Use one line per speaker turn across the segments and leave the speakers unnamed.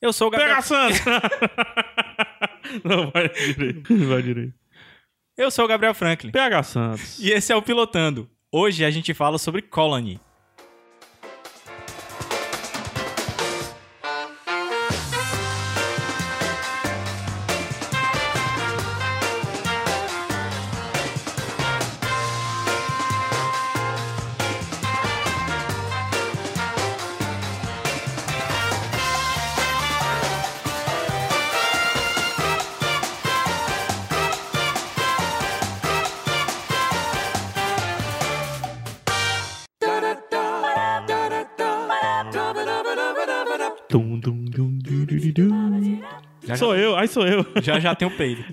Eu sou o
Pega
Gabriel.
a Santa! Não, vai direito. Vai direito.
Eu sou o Gabriel Franklin.
PH Santos.
E esse é o Pilotando. Hoje a gente fala sobre Colony.
Tum, dum, dum, du, du, du, dum.
Já,
Sou eu, aí sou eu.
já, já, já tem o peido.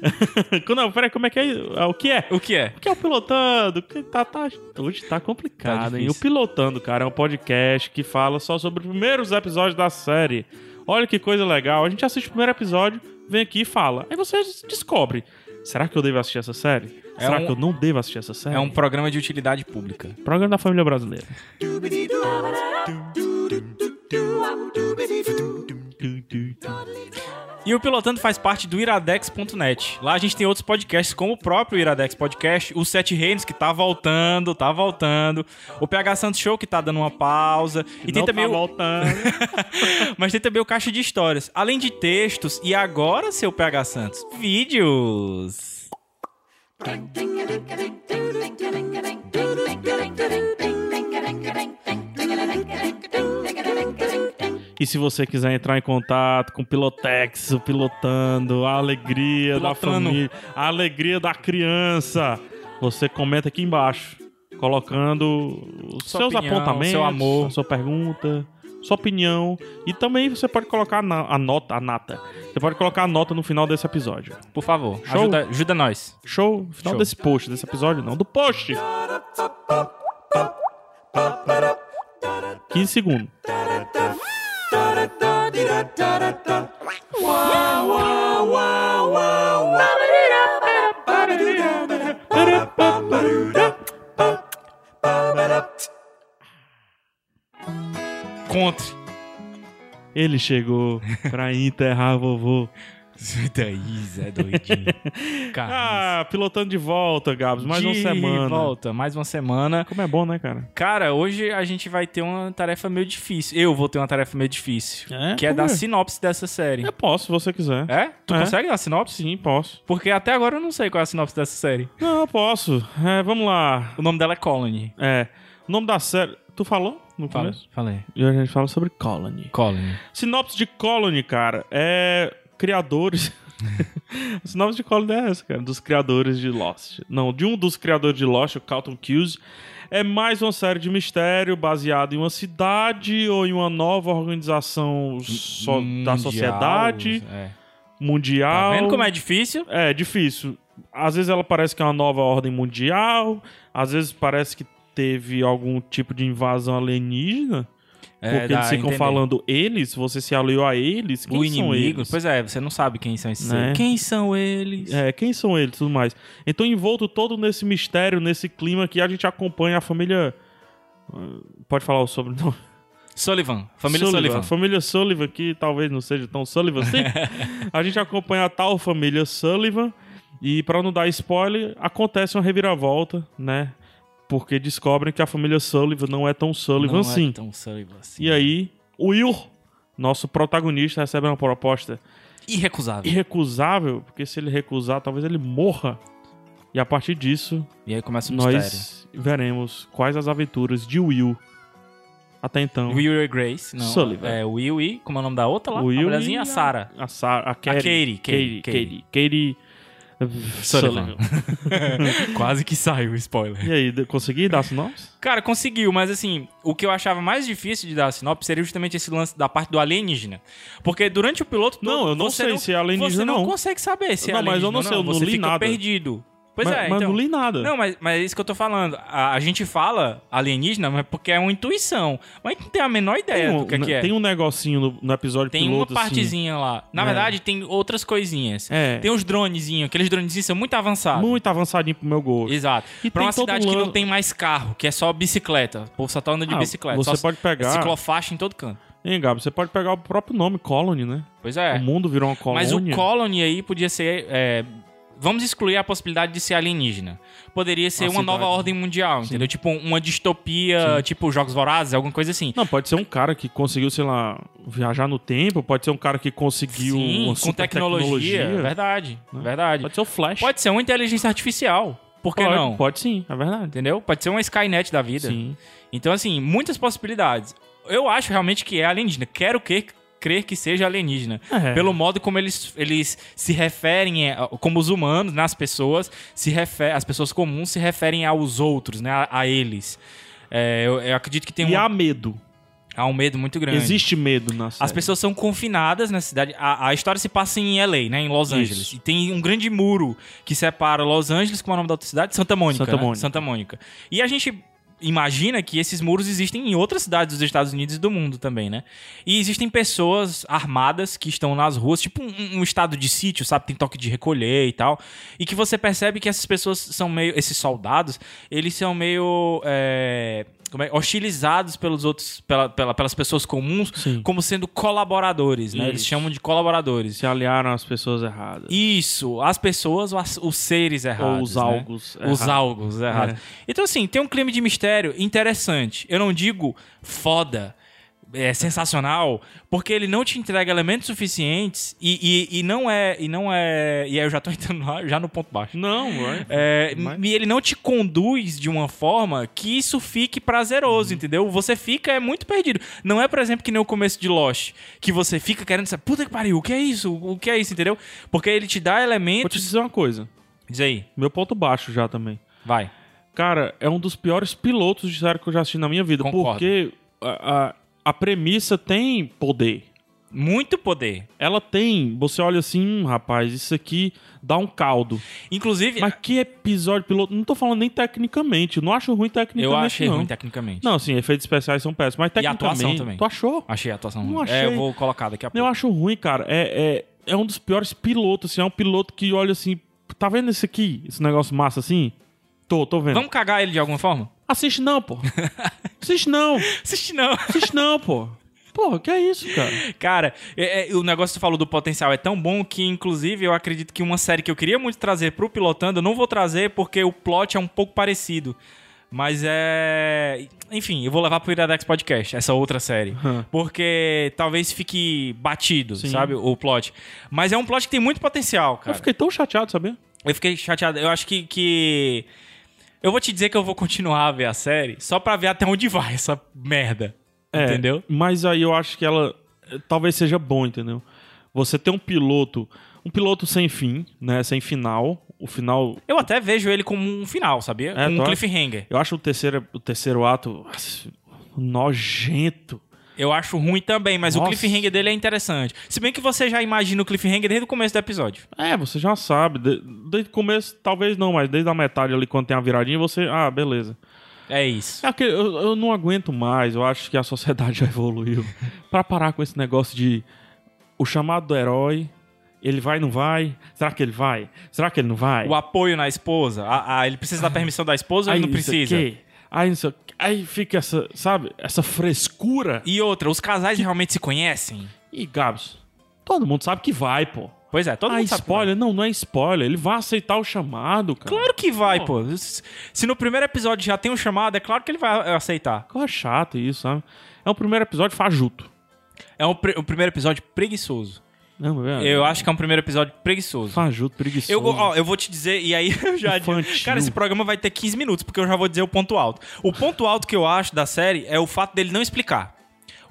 Não, peraí, como é que é? isso? Ah, O que é?
O que é?
O que é o pilotando? Que Tá, tá, hoje
Tá
tá complicado,
difícil.
hein? O Pilotando, cara, é um podcast que fala só sobre os primeiros episódios da série. Olha que coisa legal. A gente assiste o primeiro episódio, vem aqui e fala. Aí você descobre. Será que eu devo assistir essa série?
É
Será
um-
que eu não devo assistir essa série?
É um programa de utilidade pública.
programa da família brasileira.
E o Pilotando faz parte do iradex.net. Lá a gente tem outros podcasts, como o próprio Iradex Podcast, o Sete Reinos, que tá voltando, tá voltando, o PH Santos Show, que tá dando uma pausa, e tem
Não
também
tá
o-
voltando.
Mas tem também o Caixa de Histórias, além de textos e agora, seu PH Santos, vídeos.
E se você quiser entrar em contato com o Pilotex, o Pilotando, a alegria da
Pilotando.
família, a alegria da criança, você comenta aqui embaixo, colocando os
Sua
seus
opinião,
apontamentos,
seu amor.
a sua pergunta, sua opinião. E também você pode colocar a na- a nota, a nata. Você pode colocar a nota no final desse episódio.
Por favor,
Show.
ajuda, ajuda nós.
Show? No final
Show.
desse post, desse episódio não, do post! 15 segundos.
Contra.
Ele chegou pra enterrar vovô.
Daís é doidinho. Cara,
Ah, pilotando de volta, Gabs. Mais uma
de
semana.
volta, mais uma semana.
Como é bom, né, cara?
Cara, hoje a gente vai ter uma tarefa meio difícil. Eu vou ter uma tarefa meio difícil.
É?
Que é
Por
dar
quê?
sinopse dessa série.
Eu posso, se você quiser.
É? Tu
É.
consegue dar sinopse?
Sim, posso.
Porque até agora eu não sei qual é a sinopse dessa série.
Não, eu posso. É, vamos lá.
O nome dela é Colony.
É, o nome da série... Tu falou no
Fala,
começo?
fala aí.
E hoje a gente fala sobre Colony.
Colony.
Sinopse de Colony, cara, é... Criadores... A Sinopse de Colony é essa, cara. Dos criadores de Lost. Não, de um dos criadores de Lost, o Carlton Cuse. É mais uma série de mistério baseada em uma cidade ou em uma nova organização so- da
Mundial,
sociedade.
É. Tá
mundial.
vendo como é difícil?
É, difícil. Às vezes ela parece que é uma nova ordem mundial, às vezes parece que teve algum tipo de invasão alienígena,
É,
porque
dá
eles
a
ficam
entender.
falando eles, você se aliou a eles, quem
o
são
inimigo.
eles?
Pois é, você não sabe quem são esses.
Né?
seres. Quem são eles?
É, quem são eles e tudo mais. Então envolto todo nesse mistério, nesse clima que a gente acompanha a família... Ah, Pode falar o sobrenome?
Sullivan. Família Sullivan.
A família Sullivan, que talvez não seja tão Sullivan assim. a gente acompanha a tal família Sullivan. E pra não dar spoiler, acontece uma reviravolta, né? Porque descobrem que a família Sullivan não é tão Sullivan
Não é
assim.
tão Sullivan assim.
E aí, o Will, nosso protagonista, recebe uma proposta
Irrecusável.
irrecusável, porque se ele recusar, talvez ele morra. E a partir disso,
E aí começa o mistério.
nós veremos quais as aventuras de Will até então.
Will e Grace. Não.
Sullivan.
É, Will e... Como é o nome da outra lá?
Will
a mulherzinha,
e
a Sarah.
A Sarah, a Katie.
Katie, Katie,
Katie, Katie, Katie,
Sullivan.
Sullivan.
Quase que saiu o spoiler.
E aí, de- consegui dar sinopse?
Cara, conseguiu, mas assim, o que eu achava mais difícil de dar a sinopse seria justamente esse lance da parte do alienígena. Porque durante o piloto todo,
Não, eu não
você
sei se é alienígena
Você não
não.
consegue saber se é
Não, mas eu
alienígena
não
ou
sei, eu não
você
li
fica
nada.
perdido. Pois
mas,
é,
mas
então...
não li nada.
Não, mas, mas é isso que eu tô falando. A, a gente fala alienígena mas porque é uma intuição. Mas não tem a menor ideia
tem um,
do que, é que é.
tem um negocinho no, no episódio
Tem uma
piloto, assim.
partezinha lá. Na
É.
verdade, tem outras coisinhas.
É.
Tem um os dronezinhos. Aqueles dronezinhos são muito avançados.
Muito avançadinho pro meu gosto.
Exato.
E
pra
tem
uma
todo
cidade
um
que não
lance-
tem mais carro, que é só bicicleta. O povo só tá andando de
Ah,
bicicleta.
você
só
pode pegar-
Ciclofaixa em todo canto.
Hein, Gabo? Você pode pegar o próprio nome, Colony, né?
Pois é.
O mundo virou uma Um colônia.
Mas o Colony aí podia ser. é, vamos excluir a possibilidade de ser alienígena. Poderia ser
Uma
uma nova
cidade.
ordem mundial, entendeu? Tipo uma distopia, tipo Jogos Vorazes, alguma coisa assim.
Não, pode ser um cara que conseguiu, sei lá, viajar no tempo, pode ser um cara que conseguiu
Sim,
uma
com
super Né?
tecnologia. é Verdade, verdade.
Pode ser o Flash.
Pode ser uma inteligência artificial. Por que
Pode-
não?
Pode sim, é verdade.
Entendeu? Pode ser uma Skynet da vida.
Sim.
Então, assim, muitas possibilidades. Eu acho realmente que é alienígena. Quero que, crer que seja alienígena.
É.
Pelo modo como eles, eles se referem, eh, como os humanos, né, as pessoas, se refer, as pessoas comuns se referem aos outros, né, a, a eles. É, eu, eu acredito que tem
E
um,
há medo.
há um medo muito grande.
Existe medo na
As
série.
pessoas são confinadas na cidade. A, a história se passa em LA, né? Em Los
Isso.
Angeles. E tem um grande muro que separa Los Angeles, como é o nome da outra cidade? Santa Mônica.
Santa
né?
Mônica.
Santa Mônica. E a gente imagina que esses muros existem em outras cidades dos Estados Unidos e do mundo também, né? E existem pessoas armadas que estão nas ruas, tipo um, um estado de sítio, sabe? Tem toque de recolher e tal. E que você percebe que essas pessoas são meio. Esses soldados, eles são meio. é, como é? Hostilizados pelos outros, pela- pela- pelas pessoas comuns,
Sim.
como sendo colaboradores, né? Eles
Isso.
chamam de colaboradores.
Se aliaram às pessoas erradas.
Isso, as pessoas, ou as- os seres errados.
Ou os
né?
algos.
Os
errados.
algos errados. Então, assim, tem um clima de mistério interessante. Eu não digo foda, é sensacional, porque ele não te entrega elementos suficientes e, e, e não é. E não é. E aí eu já tô entrando lá, já no ponto baixo. né?
Não, é.
É,
Mas-
E ele não te conduz de uma forma que isso fique prazeroso, entendeu? Você fica é muito perdido. Não é, por exemplo, que nem o começo de Lost, que você fica querendo saber, puta que pariu, o que é isso? O que é isso, entendeu? Porque ele te dá
Vou te
elementos.
dizer uma coisa.
Diz aí,
Meu ponto baixo já também.
vai.
Cara, é um dos piores pilotos de série que eu já assisti na minha vida.
Concordo.
Porque a, a, a premissa tem poder.
Muito poder.
Ela tem. Você olha assim, hum, rapaz, isso aqui dá um caldo.
Inclusive,
Mas que episódio piloto? Não tô falando nem tecnicamente. Não acho ruim tecnicamente.
eu achei
não.
ruim tecnicamente.
Não, assim, efeitos especiais são péssimos. Mas
E a
tecnicamente.
atuação também.
Tu achou?
Achei a atuação
Não
ruim.
achei.
É, eu vou colocar daqui a pouco.
Eu acho ruim, cara. É, é, é um dos piores pilotos, assim. É um piloto que olha assim. Tá vendo esse aqui? Esse negócio massa assim? Tô, tô vendo.
Vamos cagar ele de alguma forma?
Assiste não, pô. Assiste não.
Assiste não.
Assiste não, pô. Porra, que é isso, cara?
Cara, é- é, o negócio que tu falou do potencial é tão bom que, inclusive, eu acredito que uma série que eu queria muito trazer pro Pilotando, eu não vou trazer porque o plot é um pouco parecido. Mas é. Enfim, eu vou levar pro Iradex Podcast, essa outra série.
Hã.
Porque talvez fique batido,
Sim.
sabe? O plot. Mas é um plot que tem muito potencial,
Eu
cara.
fiquei tão chateado, sabia?
Eu fiquei chateado. Eu acho que, que. Eu vou te dizer que eu vou continuar a ver a série só pra ver até onde vai essa merda.
É,
Entendeu?
Mas aí eu acho que ela eh, talvez seja bom, entendeu? Você ter um piloto, um piloto sem fim, né? Sem final. O final,
Eu até vejo ele como um final, sabia?
É,
um
tu acha?
cliffhanger.
eu acho o terceiro, o terceiro ato nossa, nojento.
Eu acho ruim também, mas o
Nossa.
cliffhanger dele é interessante. Se bem que você já imagina o cliffhanger desde o começo do episódio.
É, você já sabe. de- desde o começo, talvez não, mas desde a metade ali, quando tem a viradinha, você. Ah, beleza.
É isso.
É que eu, eu não aguento mais. Eu acho que a sociedade já evoluiu. Pra parar com esse negócio de o chamado do herói. Ele vai, não vai? Será que ele vai? Será que ele não vai?
O apoio na esposa. a- a- ele precisa da permissão da esposa ou
aí
ele não
isso
precisa?
aqui, aí não sei o quê. Aí fica essa, sabe? Essa frescura.
E outra, os casais realmente se conhecem?
E, Gabs, todo mundo sabe que vai, pô.
Pois é, todo
ah,
mundo sabe. que vai.
spoiler? Não, não é spoiler. Ele vai aceitar o chamado, cara.
Claro que vai, pô. Se no primeiro episódio já tem um chamado, é claro que ele vai aceitar.
Coisa chata isso, sabe? É um primeiro episódio fajuto.
É um, pri- um primeiro episódio preguiçoso.
Não, é,
Eu acho que é um primeiro episódio preguiçoso.
Fajuto, preguiçoso.
Eu, go- ó, eu vou te dizer, e aí eu já.
Infantil.
Cara, esse programa vai ter 15 minutos, porque eu já vou dizer o ponto alto. O ponto alto que eu acho da série é o fato dele não explicar.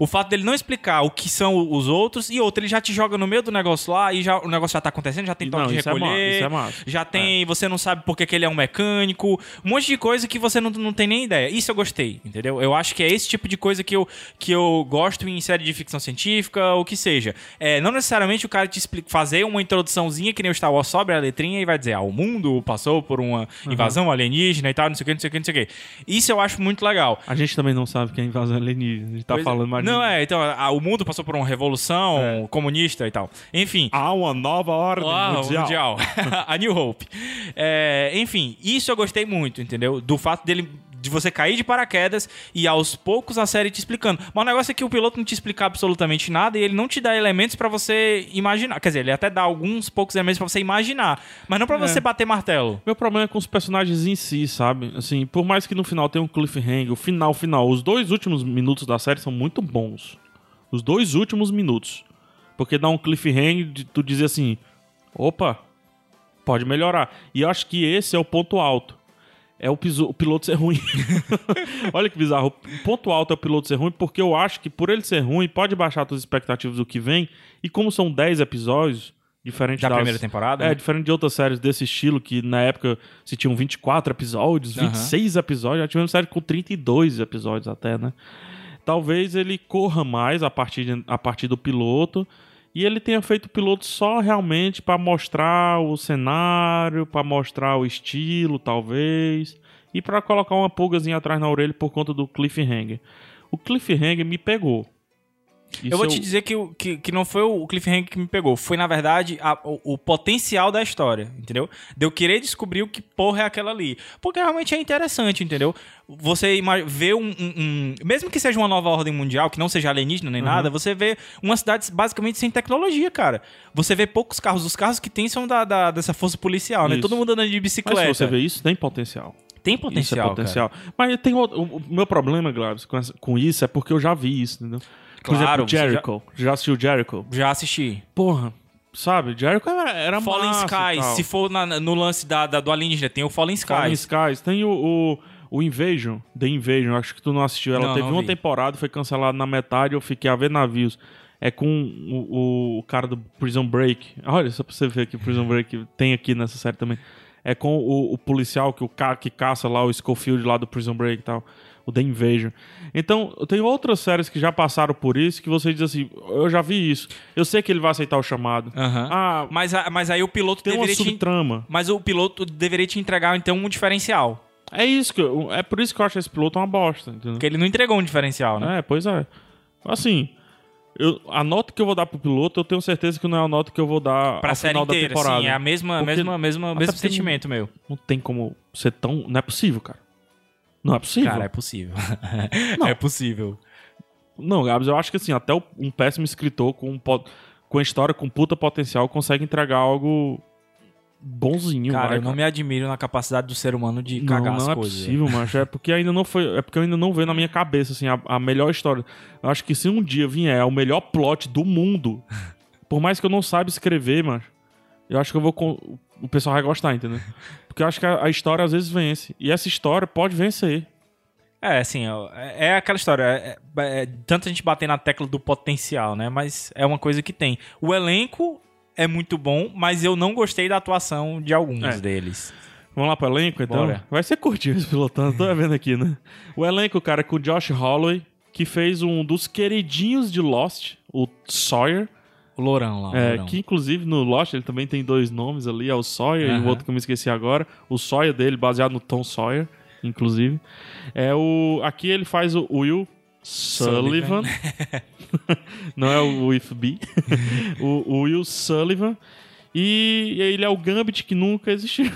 O fato dele não explicar o que são os outros, e outro, ele já te joga no meio do negócio lá, e já, o negócio já tá acontecendo, já tem
E
toque
não,
de
isso é ma-
recolher.
isso é massa.
Já tem, você não sabe porque que ele é um mecânico, um monte de coisa que você não, não tem nem ideia. Isso eu gostei, entendeu? Eu acho que é esse tipo de coisa que eu, que eu gosto em série de ficção científica, ou que seja. É, não necessariamente o cara te explica, fazer uma introduçãozinha que nem o Star Wars sobre a letrinha e vai dizer, ah, o mundo passou por uma
Uhum.
invasão alienígena e tal, não sei o que, não sei o que, não sei o que. Isso eu acho muito legal.
A gente também não sabe que é invasão alienígena. A gente tá
Pois é.
falando mais É.
Não, é, então, a- o mundo passou por uma revolução comunista e tal. Enfim,
Há uma nova ordem
Uau, um
mundial.
mundial. a New Hope. É, enfim, isso eu gostei muito, entendeu? Do fato dele de você cair de paraquedas e aos poucos a série te explicando. Mas o negócio é que o piloto não te explica absolutamente nada e ele não te dá elementos pra você imaginar. Quer dizer, ele até dá alguns poucos elementos pra você imaginar, mas não pra
É.
você bater martelo.
Meu problema é com os personagens em si, sabe? Assim, por mais que no final tenha um cliffhanger, o final, final, os dois últimos minutos da série são muito bons. Os dois últimos minutos. Porque dá um cliffhanger de tu dizer assim: opa, pode melhorar. E eu acho que esse é o ponto alto. É o, piso- o piloto ser ruim. Olha que bizarro. O ponto alto é o piloto ser ruim, porque eu acho que por ele ser ruim, pode baixar tuas expectativas do que vem. E como são 10 episódios, diferente
Da
das-
primeira temporada?
é,
né?
diferente de outras séries desse estilo, que na época se tinham 24 episódios,
Aham.
26 episódios, já tivemos série com 32 episódios até, né? Talvez ele corra mais a partir, de- a partir do piloto e ele tenha feito o piloto só realmente pra mostrar o cenário, pra mostrar o estilo, talvez, e pra colocar uma pulgazinha atrás na orelha por conta do cliffhanger. O cliffhanger me pegou. Isso
eu vou te dizer que, o- que, que não foi o cliffhanger que me pegou. Foi, na verdade, a- o, o potencial da história, entendeu? De eu querer descobrir o que porra é aquela ali. Porque realmente é interessante, entendeu? Você ima- vê um, um- um- Mesmo que seja uma nova ordem mundial, que não seja alienígena
Uhum.
nem nada, você vê uma cidade basicamente sem tecnologia, cara. Você vê poucos carros. Os carros que tem são da, da- dessa força policial, né?
Isso.
Todo mundo andando de
Mas
bicicleta.
se você vê isso, tem potencial.
Tem
Isso é
potencial.
potencial. Mas tem outro, o, o meu problema, Gladys, com, essa- com isso é porque eu já vi isso, entendeu? Por
Claro,
exemplo,
você já-
Jericho. Já... assistiu Jericho?
Cara. Já assisti.
Porra, sabe? Jericho era, era
Fallen
É massa e
Skies.
tal.
Se for na- no lance da, da- do alienígena, tem o Fallen Skies.
Fallen Skies. Tem o, o, o Invasion, The Invasion, acho que tu não assistiu. Ela
Não,
teve
não
uma
vi.
temporada, foi cancelada na metade, eu fiquei a ver navios. É com o, o cara do Prison Break. Olha, só pra você ver que Prison Break tem aqui nessa série também. É com o, o policial que, o ca, que caça lá o Schofield lá do Prison Break e tal. O The Invasion. Então, tem outras séries que já passaram por isso que você diz assim: eu já vi isso. Eu sei que ele vai aceitar o chamado.
Aham.
Ah,
Mas, a- mas aí o piloto
tem uma
deveria te,
subtrama.
Mas o piloto deveria te entregar, então, um diferencial.
É isso que eu, é por isso que eu acho esse piloto uma bosta, entendeu?
Porque ele não entregou um diferencial, né?
É, pois é. Assim, eu, a nota que eu vou dar pro piloto, eu tenho certeza que não é a nota que eu vou dar
Pra
ao
série
final da
inteira,
temporada.
sim. É a mesma,
Porque-
mesma, mesma,
Até
mesmo
porque-
sentimento meu.
Não tem como ser tão. Não é possível, cara. Não é possível.
Cara, é possível.
Não.
É possível.
Não, Gabs, eu acho que assim, até o- um péssimo escritor com, um po- com a história com puta potencial consegue entregar algo bonzinho,
Cara,
vai,
eu não me admiro na capacidade do ser humano de
Não,
cagar
não
as
é
coisas. né?
possível, macho. É porque ainda não foi. É porque eu ainda não veio na minha cabeça, assim, a, a melhor história. Eu acho que se um dia vier o melhor plot do mundo, por mais que eu não saiba escrever, macho, eu acho que eu vou. con- O pessoal vai gostar, entendeu? Porque eu acho que a, a história às vezes vence. E essa história pode vencer.
É, assim, ó, é é aquela história. É, é- é tanto a gente bater na tecla do potencial, né? Mas é uma coisa que tem. O elenco é muito bom, mas eu não gostei da atuação de alguns
É.
deles.
Vamos lá pro elenco, então?
Bora.
Vai ser curtinho esse pilotando, tô vendo aqui, né? O elenco, cara, é com o Josh Holloway, que fez um dos queridinhos de Lost, o Sawyer.
O Lourão lá. o
É,
Lourão.
que inclusive no Lost ele também tem dois nomes ali, é o Sawyer e o
Aham.
outro que eu me esqueci agora. O Sawyer dele, baseado no Tom Sawyer, inclusive. É o. Aqui ele faz o Will
Sullivan.
Sullivan. Não é o If B. o, o Will Sullivan. E ele é o Gambit que nunca existiu.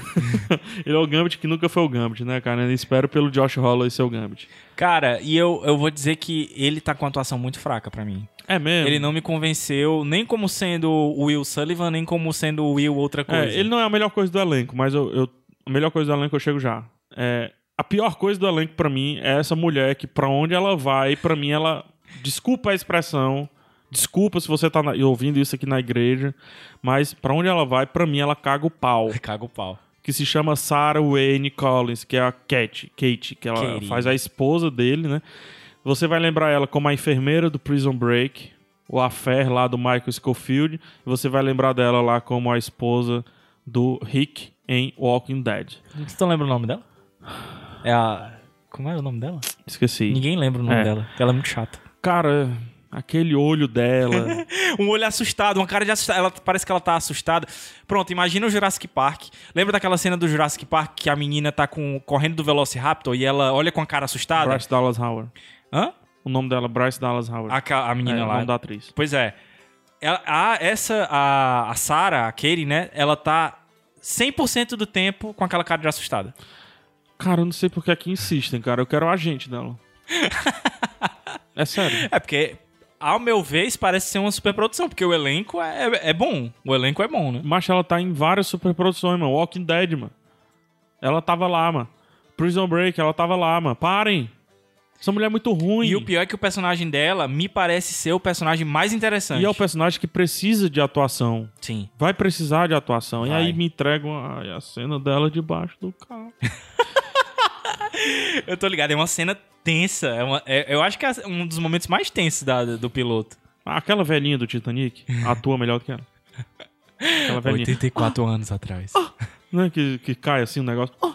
ele é o Gambit que nunca foi o Gambit, né, cara? Eu espero pelo Josh Holloway ser o Gambit.
Cara, e eu, eu vou dizer que ele tá com uma atuação muito fraca pra mim.
É mesmo.
Ele não me convenceu nem como sendo o Will Sullivan, nem como sendo o Will outra coisa.
É, ele não é a melhor coisa do elenco, mas eu, eu- a melhor coisa do elenco eu chego já. É, a pior coisa do elenco pra mim é essa mulher que pra onde ela vai, pra mim ela desculpa a expressão, desculpa se você tá na- ouvindo isso aqui na igreja, mas pra onde ela vai, pra mim ela caga o pau,
Caga o pau.
que se chama Sarah Wayne Collins, que é a Cat, Kate, que ela
Katie.
faz a esposa dele, né? Você vai lembrar ela como a enfermeira do Prison Break, o affair lá do Michael Schofield. E você vai lembrar dela lá como a esposa do Rick em Walking Dead.
Vocês não lembram o nome dela? É a. Como era o nome dela?
Esqueci.
Ninguém lembra o nome
É.
dela. Ela é muito chata.
Cara, aquele olho dela.
Um olho assustado, uma cara de assustada. Ela parece que ela tá assustada. Pronto, imagina o Jurassic Park. Lembra daquela cena do Jurassic Park que a menina tá com, correndo do Velociraptor e ela olha com a cara assustada?
Bryce Dallas Howard.
Hã?
O nome dela, Bryce Dallas Howard.
A, ca- a menina
é, O
lá.
nome da atriz.
Pois é. Ela- a, essa, a, a Sarah, a Katie, né? Ela tá 100% do tempo com aquela cara de assustada.
Cara, eu não sei porque aqui insistem, cara. Eu quero o agente dela. é sério.
É porque, ao meu ver, parece ser uma superprodução, porque o elenco é, é, é bom. O elenco é bom, né?
Macho, ela tá em várias superproduções, mano. Walking Dead, mano. Ela tava lá, mano. Prison Break, ela tava lá, mano. Parem! Essa mulher é muito ruim.
E o pior é que o personagem dela me parece ser o personagem mais interessante.
E é o personagem que precisa de atuação.
Sim.
Vai precisar de atuação. E
Vai.
aí me entregam a, a cena dela debaixo do carro.
Eu tô ligado, é uma cena tensa. é uma- é- eu acho que é um dos momentos mais tensos da- do piloto.
Aquela velhinha do Titanic atua melhor do que ela. Aquela velhinha.
84 anos atrás.
Né, que, que cai assim o negócio. Ah,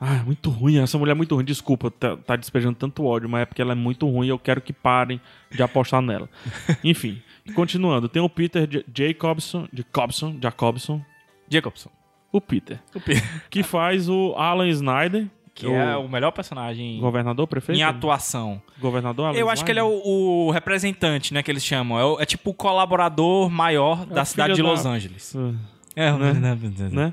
Ah, é muito ruim. Essa mulher é muito ruim. Desculpa, tá, tá despejando tanto ódio, mas é porque ela é muito ruim e eu quero que parem de apostar nela. Enfim, continuando. Tem o Peter J- Jacobson, Jacobson, Jacobson,
Jacobson.
o Peter,
O Pedro.
que faz o Alan Snyder,
Que é o melhor personagem
governador, prefeito?
em atuação.
Governador Alan
Eu acho que ele é
Snyder?
o, o representante, né, que eles chamam. É, o- é tipo o colaborador maior da
É o
cidade de
filho da-
Los Angeles.
Ah.
É,
né?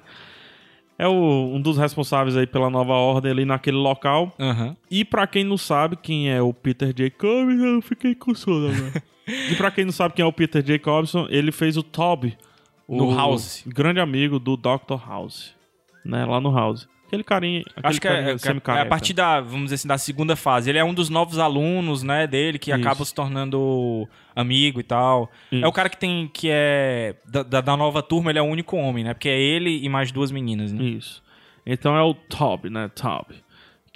É o- um dos responsáveis aí pela nova ordem ali naquele local.
Aham.
E pra quem não sabe quem é o Peter Jacobson, eu fiquei com sono agora. e pra quem não sabe quem é o Peter Jacobson, ele fez o Toby. o
No House.
Grande amigo do Dr. House. Né? Lá no House. Aquele carinha. Aquele
Acho que é,
carinha
é- é a
semicareca.
partir da, vamos dizer assim, da segunda fase. Ele é um dos novos alunos, né, dele, que
Isso.
acaba se tornando amigo e tal. É
Isso.
o cara que tem, que é, da, da- da nova turma, ele é o único homem, né? Porque é ele e mais duas meninas, né?
Isso. Então é o Toby, né? Toby.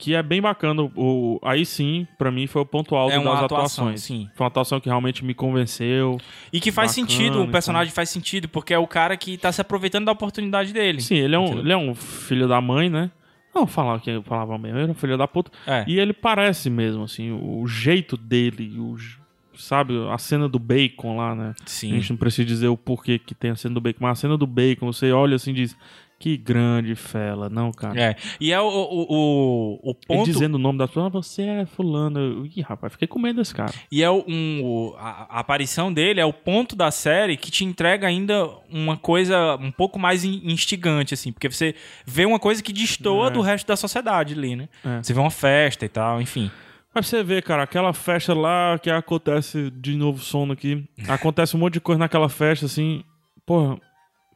Que é bem bacana. O, o- aí sim, pra mim, foi o ponto alto
É uma
das
atuação,
atuações.
sim.
Foi uma atuação que realmente me convenceu.
E que faz
Bacana,
sentido, o
então.
personagem faz sentido, porque é o cara que tá se aproveitando da oportunidade dele.
Sim, ele é um,
Entendeu?
ele é um filho da mãe, né? Não falar que eu falava mesmo, ele é um filho da puta.
É.
E ele parece mesmo, assim, o, o jeito dele, o, j- sabe, a cena do bacon lá, né? A
Sim.
gente não precisa dizer o porquê que tem a cena do bacon, mas a cena do bacon, você olha assim e diz, que grande fela, não, cara.
É. E é o, o, o, o
Ele
ponto.
dizendo o nome da pessoa, ah, você é fulano. Eu, Ih, rapaz, fiquei com medo desse cara.
E é o- um, o- a, a aparição dele é o ponto da série que te entrega ainda uma coisa um pouco mais in- instigante, assim, porque você vê uma coisa que destoa
É.
do resto da sociedade ali, né?
É.
Você vê uma festa e tal, enfim.
Mas pra você vê, cara, aquela festa lá que acontece de novo sono aqui. Acontece um monte de coisa naquela festa, assim. Porra,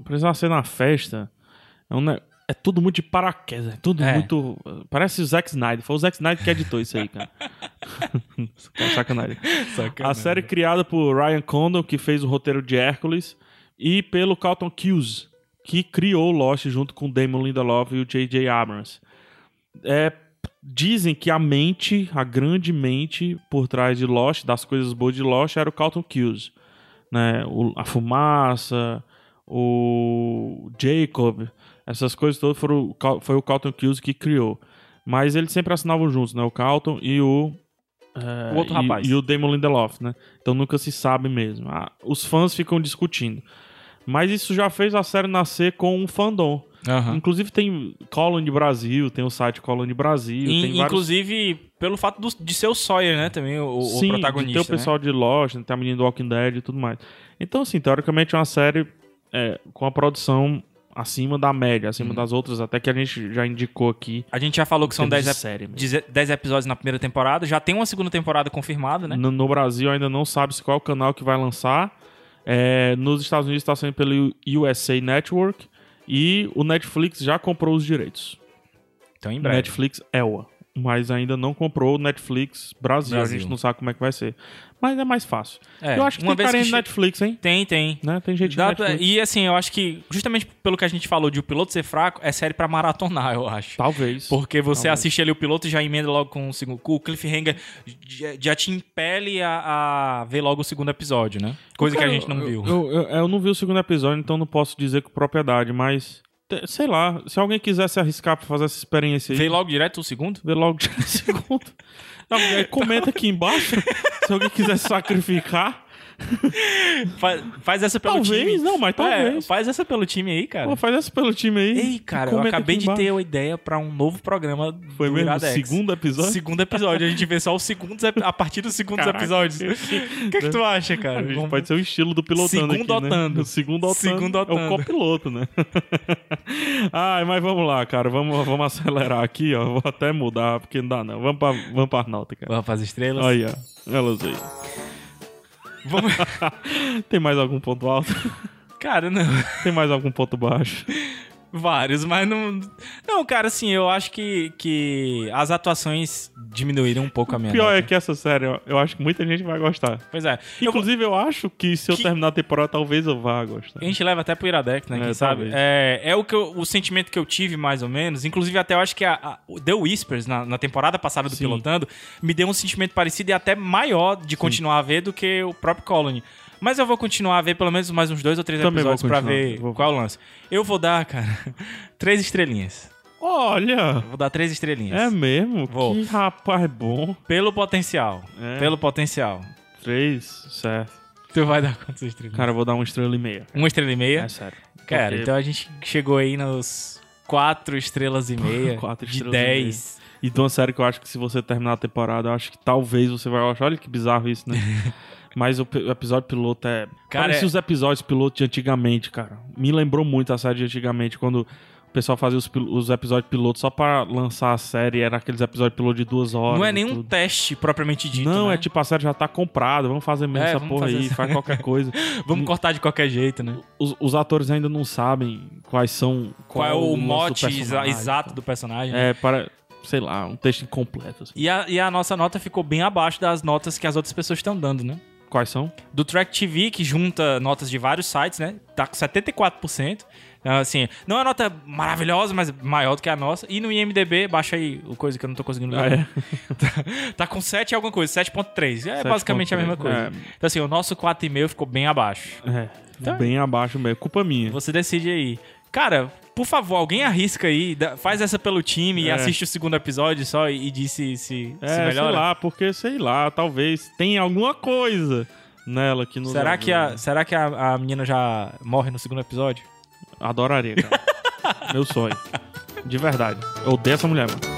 precisava ser na festa. É, um ne- é tudo muito de paraquedas. É tudo
É.
muito. Parece o Zack Snyder. Foi o Zack Snyder que editou isso aí, cara. Tá Sacanagem. A série
né?
criada por Ryan Condon, que fez o roteiro de Hércules, e pelo Carlton Cuse, que criou Lost junto com Damon Lindelof e o J.J. Abrams. É, dizem que a mente, a grande mente por trás de Lost, das coisas boas de Lost, era o Carlton Cuse. Né? O- a fumaça, o Jacob, essas coisas todas foram, o Cal- foi o Carlton Cuse que criou. Mas eles sempre assinavam juntos, né? O Carlton e o... é,
O outro
e-
rapaz.
E o Damon Lindelof, né? Então nunca se sabe mesmo. Ah, os fãs ficam discutindo. Mas isso já fez a série nascer com um fandom.
Aham.
Inclusive tem Colony Brasil, tem o site Colony Brasil,
In-
tem vários...
Inclusive, pelo fato do- de ser o Sawyer, né? Também o, o
Sim,
protagonista.
Tem o
né?
pessoal de Lost, tem a menina do Walking Dead e tudo mais. Então, assim, teoricamente é uma série é, com a produção acima da média, acima das outras, até que a gente já indicou aqui.
A gente já falou que Uhum. são
Em termos
10
de
ep-
série mesmo.
deze- 10 episódios na primeira temporada. Já tem uma segunda temporada confirmada, né?
No, no Brasil ainda não sabe se qual canal que vai lançar. É, nos Estados Unidos está saindo pelo USA Network e o Netflix já comprou os direitos.
Então, em
O
breve.
Netflix EWA. Mas ainda não comprou o Netflix Brasil.
Brasil.
A gente não sabe como é que vai ser. Mas é mais fácil.
É,
Eu acho que
uma
tem
vez
carinha
que
de
che-
Netflix, hein?
Tem, tem.
Né? Tem gente
Dá
de
pra-
Netflix.
e assim, eu acho que, justamente pelo que a gente falou de o piloto ser fraco, é série pra maratonar, eu acho.
Talvez.
Porque você
Talvez.
assiste ali o piloto e já emenda logo com o segundo. O cliffhanger já- já te impele a, a ver logo o segundo episódio, né? Coisa que a
Cara,
gente não
eu-
viu.
Eu, é, eu- eu não vi o segundo episódio, então não posso dizer com propriedade, mas. te- Sei lá, se alguém quiser se arriscar pra fazer essa experiência aí,
Vê logo direto o segundo?
vê logo de segundo. Não, é, comenta aqui embaixo se alguém quiser se sacrificar.
Faz, faz essa pelo
Talvez,
time. É,
não, mas talvez.
faz essa pelo time aí, cara.
Pô, faz essa pelo time aí.
Ei, cara, eu
Comenta
acabei
aqui
de
embaixo.
ter uma ideia pra um novo programa
Foi
do
mesmo?
Iradex.
Segundo episódio?
Segundo episódio. A gente vê só os segundos, ep- a partir dos segundos
Caraca.
episódios. O que, que tu acha, cara?
A gente
Vamos-
pode ser o estilo do pilotando aqui,
Segundotando.
né? O segundo otando.
Segundotando.
É o copiloto, né? Ai, mas vamos lá, cara. Vamos, vamos acelerar aqui, ó. Vou até mudar, porque não dá não. Vamos pra, vamos pra Arnalta, cara.
Vamos para as estrelas?
Olha, elas aí.
Vamos...
Tem mais algum ponto alto?
Cara, não.
Tem mais algum ponto baixo?
Vários, mas não. Não, cara, assim, eu acho que, que as atuações diminuíram um pouco a minha.
Pior
nota.
é que essa série, ó, eu acho que muita gente vai gostar.
Pois é. Eu-
Inclusive, eu acho que se eu
Que-
terminar a temporada, talvez eu vá gostar.
A gente leva até pro Iradex, né?
É,
Quem sabe?
talvez.
É, é o, que eu- o sentimento que eu tive, mais ou menos. Inclusive, até eu acho que a, a- o The Whispers, na, na temporada passada do
Sim.
Pilotando, me deu um sentimento parecido e até maior de continuar a ver do que o próprio Colony. Mas eu vou continuar a ver pelo menos mais uns dois ou três
Também vou
episódios pra
continuar,
ver
vou-
qual é o lance. Eu vou dar, cara, três estrelinhas.
Olha!
Vou dar três estrelinhas.
É mesmo?
Vou.
Que rapaz bom.
Pelo potencial.
É.
Pelo potencial.
Três, certo.
Tu vai dar quantas estrelas?
Cara, eu vou dar uma estrela e meia.
Uma estrela e meia?
É sério.
Cara,
Porque-
então a gente chegou aí nos quatro estrelas e meia
Quatro
de
estrelas e meia.
dez.
E de uma série que eu acho que se você terminar a temporada, eu acho que talvez você vai achar. Olha que bizarro isso, né? Mas o pe- o episódio piloto é.
Cara,
Parece
é-
os episódios piloto de antigamente, cara. Me lembrou muito a série de antigamente, quando o pessoal fazia os, pil- os episódios piloto só pra lançar a série. Era aqueles episódios piloto de duas horas.
Não é
e
nenhum
tudo.
teste propriamente dito.
Não,
né?
é tipo a série já tá comprada, vamos fazer mesmo
É,
essa
vamos
porra
fazer
aí,
essa-
faz qualquer coisa. um
Vamos cortar de qualquer jeito, né?
Os, os atores ainda não sabem quais são.
Qual, é o
lance do
mote exa-
personagem,
exato do personagem? né?
É, para, sei lá, um texto incompleto. assim.
E, a, e a nossa nota ficou bem abaixo das notas que as outras pessoas estão dando, né?
Quais são?
Do Track TV, que junta notas de vários sites, né? Tá com 74%. Então, Assim, não é uma nota maravilhosa, mas maior do que a nossa. E no IMDB, baixa aí o coisa que eu não tô conseguindo
Ah,
ler.
é.
Tá com 7 e alguma coisa, 7.3. É basicamente a mesma coisa.
7.3,
Então, assim, o nosso 4,5 ficou bem abaixo.
É,
Tá.
bem abaixo mesmo. Culpa minha.
Você decide aí. Cara, por favor, alguém arrisca aí, dá- faz essa pelo time e
É.
assiste o segundo episódio só e, e diz se, se, se
É, sei
melhora.
lá, porque sei lá, talvez tenha alguma coisa nela que nos
Será que, a,
ajude.
será que a, a menina já morre no segundo episódio?
Adoraria, cara. Meu sonho. De verdade. Eu odeio essa mulher, mano.